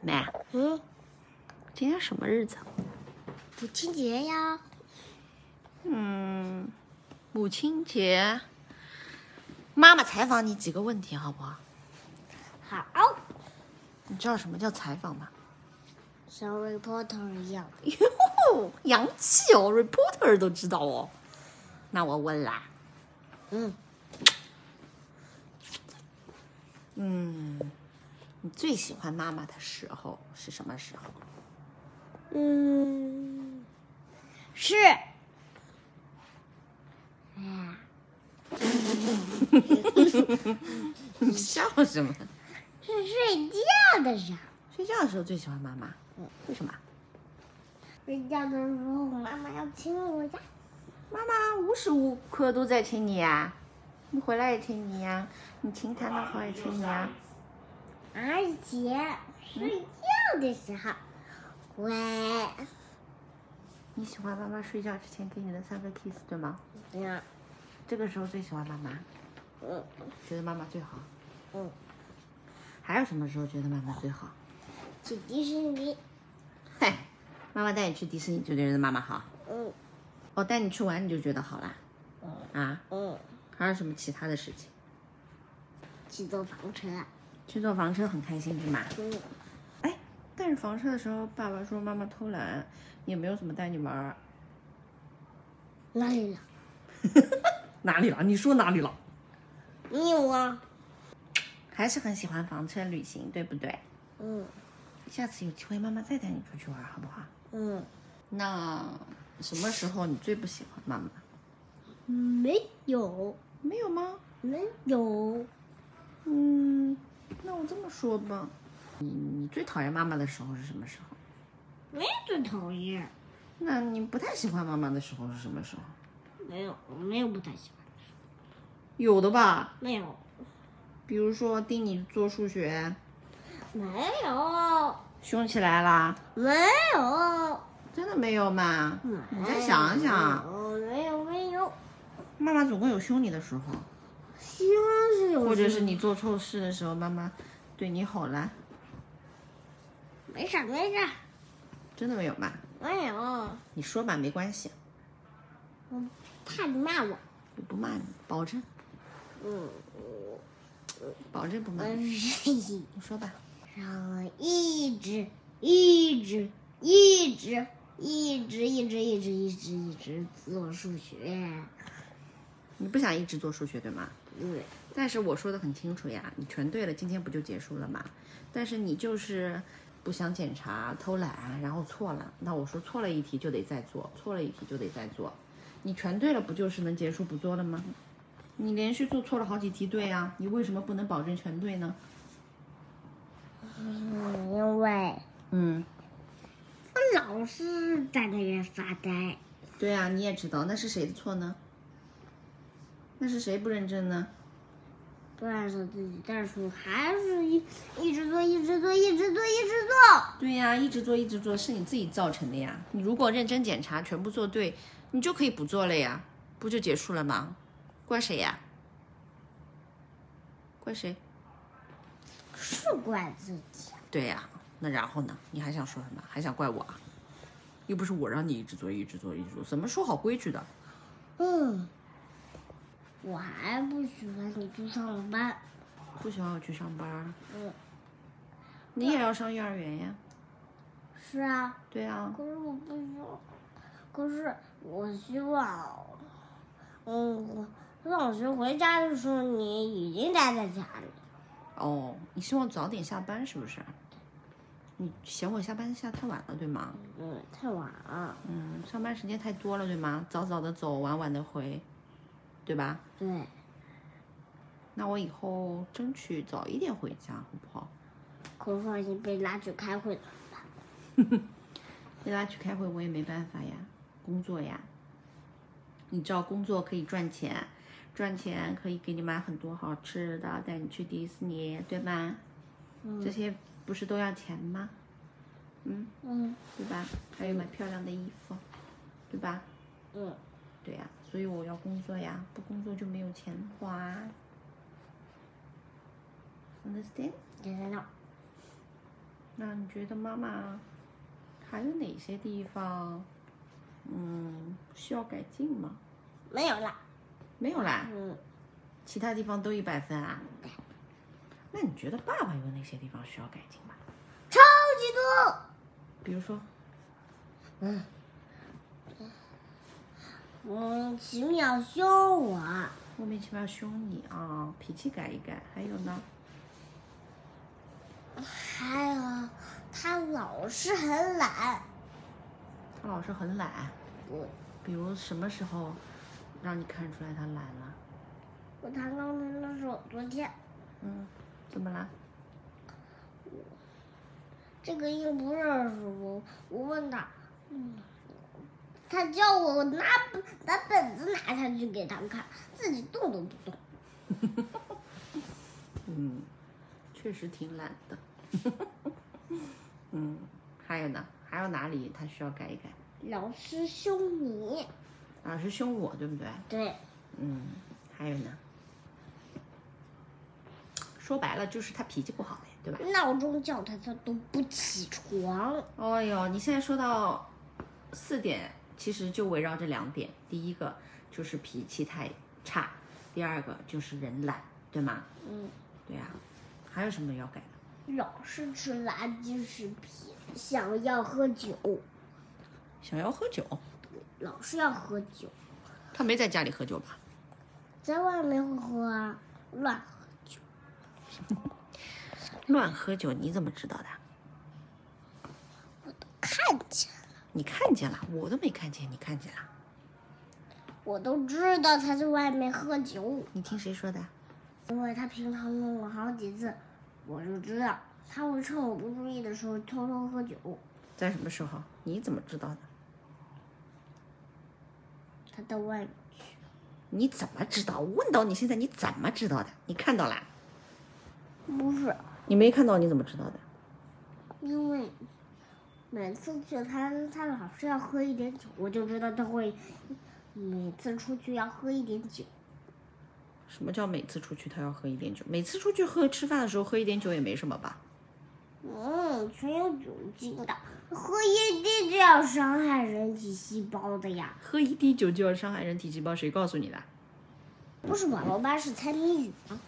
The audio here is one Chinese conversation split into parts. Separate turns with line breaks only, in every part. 妹，
嗯，
今天什么日子？
母亲节呀，
嗯，母亲节。妈妈采访你几个问题，好不好？
好，
你知道什么叫采访吗？
像 reporter 一样。
哟，洋气哦，reporter 都知道哦。那我问啦，
嗯，
嗯，你最喜欢妈妈的时候是什么时候？
嗯，是。 哎
你笑什么？
是睡觉的时候，
睡觉的时候最喜欢妈妈，为什么？
睡觉的时候妈妈要亲我呀。
妈妈无时无刻都在亲你呀、你回来也亲你呀、你琴弹的时候也亲你啊呀、
而且睡觉的时候，喂，
你喜欢妈妈睡觉之前给你的三个 kiss 对吗？
嗯
这个时候最喜欢妈妈，
嗯
觉得妈妈最好。
嗯，
还有什么时候觉得妈妈最好？
去迪士尼，
嘿，妈妈带你去迪士尼就觉得妈妈好，
嗯
我、带你去玩你就觉得好啦。啊，
嗯，
还有什么其他的事情？
去坐房车，
去坐房车很开心对吗？
嗯，
哎，但是房车的时候，爸爸说妈妈偷懒，也没有怎么带你玩儿。
哪里了？
哪里了？你说哪里了？
没有啊，
还是很喜欢房车旅行，对不对？
嗯
下次有机会妈妈再带你出去玩，好不好？
嗯，
那什么时候你最不喜欢妈妈？
没有
没有吗？
没有，
嗯，那我这么说吧，你你最讨厌妈妈的时候是什么时候？
没最讨厌，
那你不太喜欢妈妈的时候是什么时候？
没有没有不太喜欢，
有的吧，
没有
比如说盯你做数学，
没有
凶起来啦，
没有，
真的没有嘛？你再想想，
没有没有，
妈妈总会有凶你的时候，
希望是有，
或者是你做错事的时候，妈妈对你吼啦，
没事儿没事儿，
真的没有嘛？
没有，
你说吧，没关系，
怕你骂我，
我不骂你，保证，
嗯。
保证不骂你。你说吧，
然后一直一直一直一直一直一直一直一直做数学，
你不想一直做数学对吗？
对，
但是我说的很清楚呀，你全对了，今天不就结束了吗？但是你就是不想检查、偷懒，然后错了。那我说错了一题就得再做，错了一题就得再做。你全对了，不就是能结束不做了吗？你连续做错了好几题对啊，你为什么不能保证全对呢？
嗯，因为
嗯，
我老是在那边发呆，
对啊，你也知道，那是谁的错呢？那是谁不认真呢？
不然是自己，但是我还是一一直做，一直做，一直做，一直做。
对呀、一直做一直做是你自己造成的呀。你如果认真检查，全部做对，你就可以不做了呀，不就结束了吗？怪谁呀？怪谁？
是怪自己，
对呀、那然后呢？你还想说什么？还想怪我啊？又不是我让你一直做一直做一直做，怎么说好规矩的？
嗯，我还不喜欢你去上班，
不喜欢我去上班儿，
嗯，
你也要上幼儿园呀？
是啊。
对啊，
可是我不希望，可是我希望，嗯，我放学回家的时候你已经待在家里。
哦，你希望早点下班是不是？你嫌我下班下太晚了对吗？
嗯，太晚了。
嗯，上班时间太多了，对吗？早早的走，晚晚的回，对吧？
对，
那我以后争取早一点回家，好不好？
可是万一被拉去开会了，
被拉去开会，我也没办法呀，工作呀。你知道，工作可以赚钱，赚钱可以给你买很多好吃的，带你去迪士尼，对吗？这些不是都要钱吗？嗯，
嗯
对吧？还有买漂亮的衣服，对吧？
嗯，
对呀、所以我要工作呀，不工作就没有钱花。Understand？
知道。
那你觉得妈妈还有哪些地方，嗯，需要改进吗？
没有了。
没有啦，
嗯，
其他地方都一百分啊。那你觉得爸爸有哪些地方需要改进吗？
超级多。
比如说，
嗯，嗯，奇妙凶我，
莫名其妙凶你啊，脾气改一改。还有呢，
还有他老是很懒。
他老是很懒，
我
比如什么时候让你看出来他懒了？
我弹钢琴的时候，昨天
嗯，怎么啦？
这个音不认识我，我问他，嗯，他叫我拿把本子拿下去给他看，自己动都不动。
嗯，确实挺懒的。嗯，还有呢？还有哪里他需要改一改？
老师凶你，
老师凶我，对不对？
对，
嗯，还有呢？说白了就是他脾气不好呗，对吧？
闹钟叫他他都不起床。
哦呦，你现在说到四点，其实就围绕这两点，第一个就是脾气太差，第二个就是人懒，对吗？
嗯，
对呀、还有什么要改的？
老是吃垃圾食品，想要喝酒，
想要喝酒，
老是要喝酒，
他没在家里喝酒吧？
在外面喝啊，乱喝。
乱喝酒你怎么知道的？
看见
你看见了，我都没看见，你看见了？
我都知道他在外面喝酒。
你听谁说的？
因为他平常问我好几次，我就知道他会趁我不注意的时候偷偷喝酒。
在什么时候？你怎么知道的？
他到外面，
你怎么知道？我问到你现在，你怎么知道的？你看到啦？
不是
你没看到，你怎么知道的？
因为每次去他他老是要喝一点酒，我就知道他会每次出去要喝一点酒。
什么叫每次出去他要喝一点酒？每次出去喝吃饭的时候喝一点酒也没什么吧？
嗯，全有酒精的，喝一滴就要伤害人体细胞的呀。
喝一滴酒就要伤害人体细胞，谁告诉你的？
不是宝宝巴士猜谜语吗？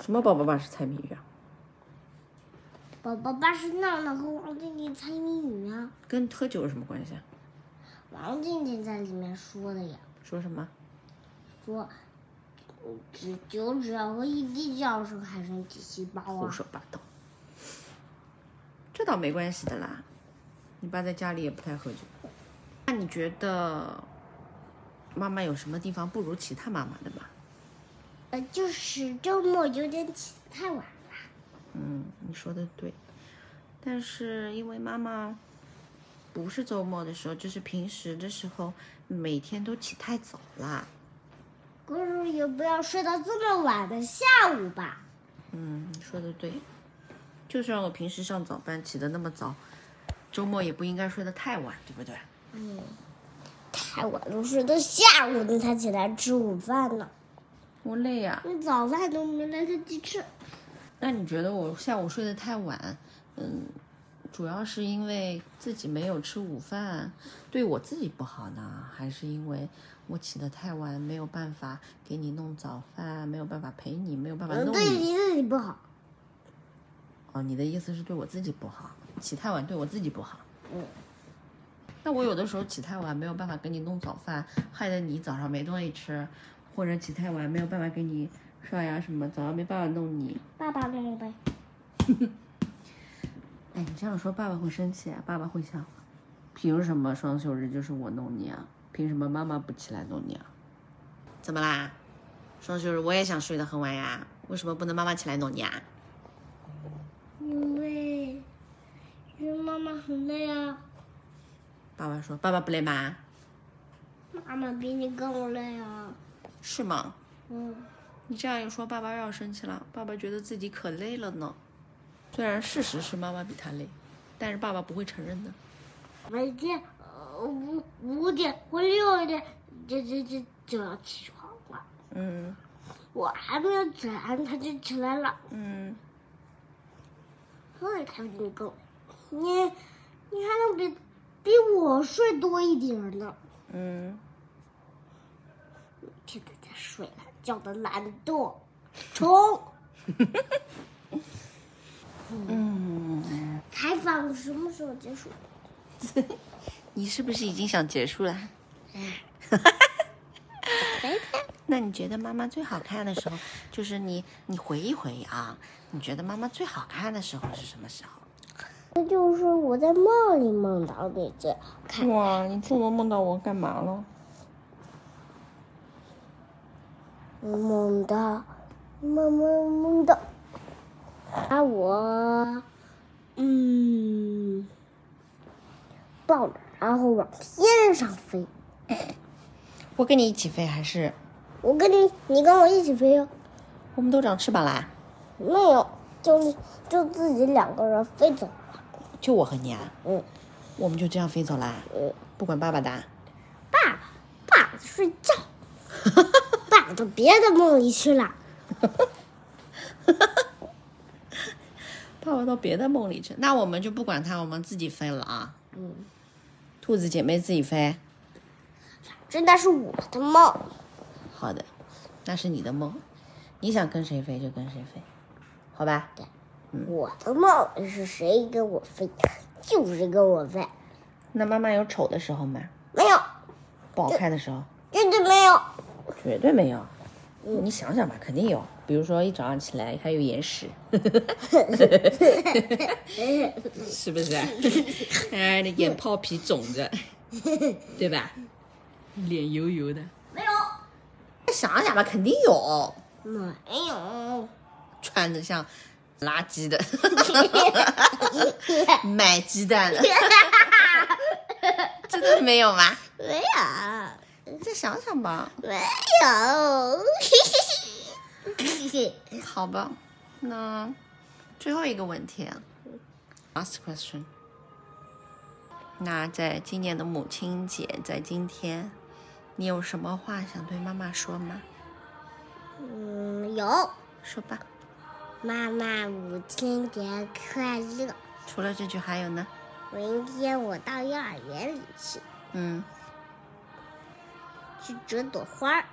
什么宝宝巴士猜谜语啊？
宝宝巴士闹闹和王静静猜谜语啊，
跟喝酒有什么关系啊？
王静静在里面说的呀。
说什么？
说，嗯只酒只要喝一滴就要伤害人体细胞
胡
啊。
说八道。这倒没关系的啦，你爸在家里也不太喝酒。那你觉得妈妈有什么地方不如其他妈妈的吗？
呃，就是周末有点起得太晚了。
嗯，你说的对，但是因为妈妈不是周末的时候，就是平时的时候，每天都起太早啦。
可是也不要睡到这么晚的下午吧。
嗯，你说的对，就算我平时上早班起得那么早，周末也不应该睡得太晚，对不对？
太晚了，睡到下午你才起来吃午饭呢。
我累啊呀、
你早饭都没来得及吃。
那你觉得我下午睡得太晚，嗯，主要是因为自己没有吃午饭，对我自己不好呢，还是因为我起得太晚，没有办法给你弄早饭，没有办法陪你，没有办法
嗯，
弄
对
你？
你自己不好。
哦，你的意思是对我自己不好，起太晚对我自己不好。
嗯，
那我有的时候起太晚，没有办法给你弄早饭，害得你早上没东西吃，或者起太晚没有办法给你刷牙什么，早上没办法弄你。
爸爸弄呗。
哎，你这样说爸爸会生气啊，爸爸会想，凭什么双休日就是我弄你啊？凭什么妈妈不起来弄你啊？怎么啦？双休日我也想睡得很晚呀，为什么不能妈妈起来弄你啊？
因为，因为妈妈很累啊，
爸爸说，爸爸不累吗？
妈妈比你更累啊。
是吗？
嗯，
你这样一说，爸爸又要生气了。爸爸觉得自己可累了呢。虽然事实是妈妈比他累，但是爸爸不会承认的。
每天呃五五点或六点就就就就要起床了，
嗯
我还没有起来，他就起来了。
嗯，
后来才能够。你你还能比比我睡多一点儿呢，
嗯，
天天在睡懒觉的懒惰虫。嗯，采访什么时候结束？
你是不是已经想结束了？那你觉得妈妈最好看的时候，就是你你回忆回忆啊，你觉得妈妈最好看的时候是什么时候？
那就是我在梦里梦到你最好看。
哇，你做梦梦到我干嘛了？
我梦到，梦梦梦到，把我，嗯，抱着，然后往天上飞。
我跟你一起飞还是
我跟你，你跟我一起飞哦。
我们都长翅膀啦？
没有，就是就自己两个人飞走。
就我和你啊，
嗯
我们就这样飞走啦，
嗯，
不管爸爸的。
爸爸，爸爸睡觉，爸爸到别的梦里去了。
爸爸到别的梦里去，那我们就不管他，我们自己飞了啊。
嗯，
兔子姐妹自己飞，
这那是我的梦，
好的，那是你的梦，你想跟谁飞就跟谁飞，好吧？
我的梦是谁跟我飞，就是跟我飞。
那妈妈有丑的时候吗？
没有，
不好看的时候？
绝对没有。
绝对没有。你想想吧，肯定有。比如说一早上起来还有眼屎， 是不是？ 哎，那眼泡皮肿着，对吧？脸油油的，
没有，
想想吧，肯定有。
没有，
穿着像垃圾的， 买鸡蛋的， 真的没有吗？
没有，
你再想想吧。
没有，嘿嘿嘿，
好吧，那最后一个问题啊，last question。那在今年的母亲节，在今天，你有什么话想对妈妈说吗？
嗯，有。
说吧。
妈妈，母亲节快乐！
除了这句还有呢？
明天我到幼儿园里去，
嗯，
去折朵花儿。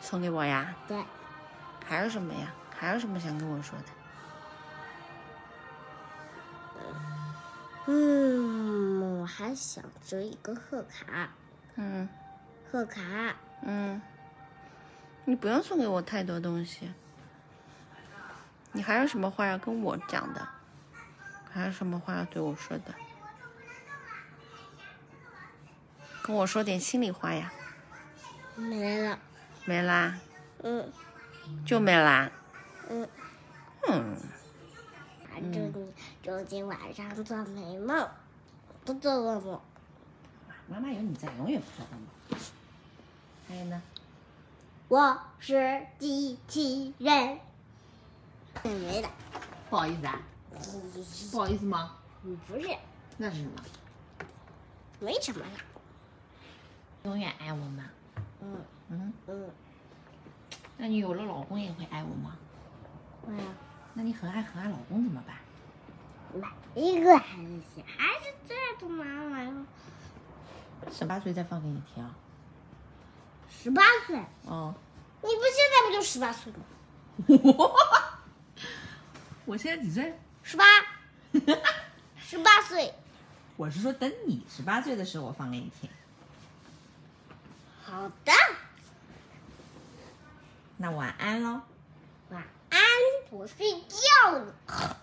送给我呀。
对，
还有什么呀？还有什么想跟我说的？
嗯，我还想折一个贺卡，
嗯
贺卡。
嗯，你不用送给我太多东西。你还有什么话要跟我讲的？还有什么话要对我说的？跟我说点心里话呀。
没了。
没啦，
嗯
就没啦。
嗯，
嗯，
祝你祝你晚上做美梦，不做噩梦。
妈妈有你在，永远不做噩梦。还有呢？
我是机器人。没了，
不好意思啊，不好意思吗？
嗯不是，
那是什么？
没什么了。
永远爱我吗？
嗯
嗯，
嗯，
那你有了老公也会爱我吗？
我要
那你很爱很爱老公怎么办？
买一个还是行，还是这个妈妈哟。
十八岁再放给你听啊。
十八岁，你
哦，
不现在不就十八岁吗？
我现在几岁？
十八，十八岁，
我是说等你十八岁的时候，我放给你听。
好的，
那晚安喽。
晚安，我睡觉了。
哦